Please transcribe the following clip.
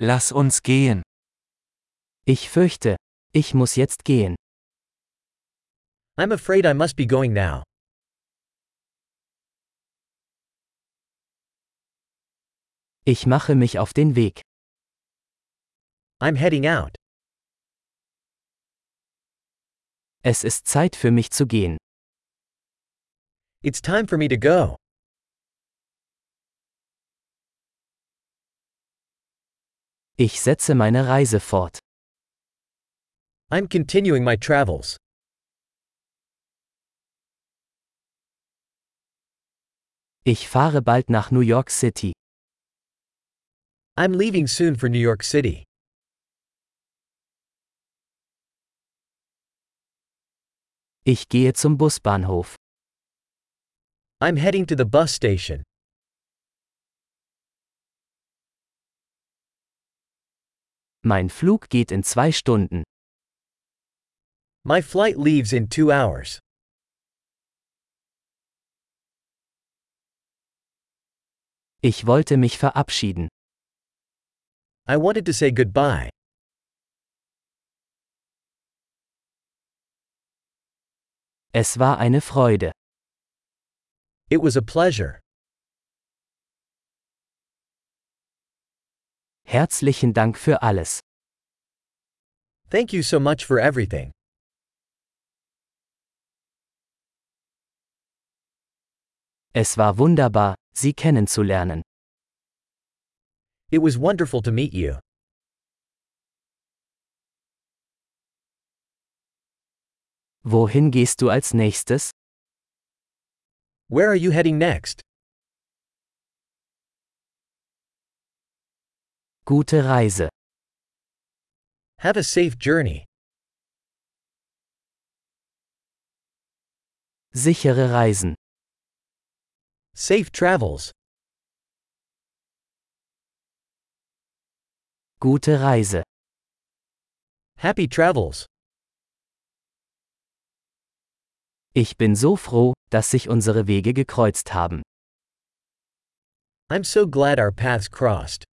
Lass uns gehen. Ich fürchte, ich muss jetzt gehen. I'm afraid I must be going now. Ich mache mich auf den Weg. I'm heading out. Es ist Zeit für mich zu gehen. It's time for me to go. Ich setze meine Reise fort. I'm continuing my travels. Ich fahre bald nach New York City. I'm leaving soon for New York City. Ich gehe zum Busbahnhof. I'm heading to the bus station. Mein Flug geht in zwei Stunden. My flight leaves in two hours. Ich wollte mich verabschieden. I wanted to say goodbye. Es war eine Freude. It was a pleasure. Herzlichen Dank für alles. Thank you so much for everything. Es war wunderbar, Sie kennenzulernen. It was wonderful to meet you. Wohin gehst du als nächstes? Where are you heading next? Gute Reise. Have a safe journey. Sichere Reisen. Safe travels. Gute Reise. Happy travels. Ich bin so froh, dass sich unsere Wege gekreuzt haben. I'm so glad our paths crossed.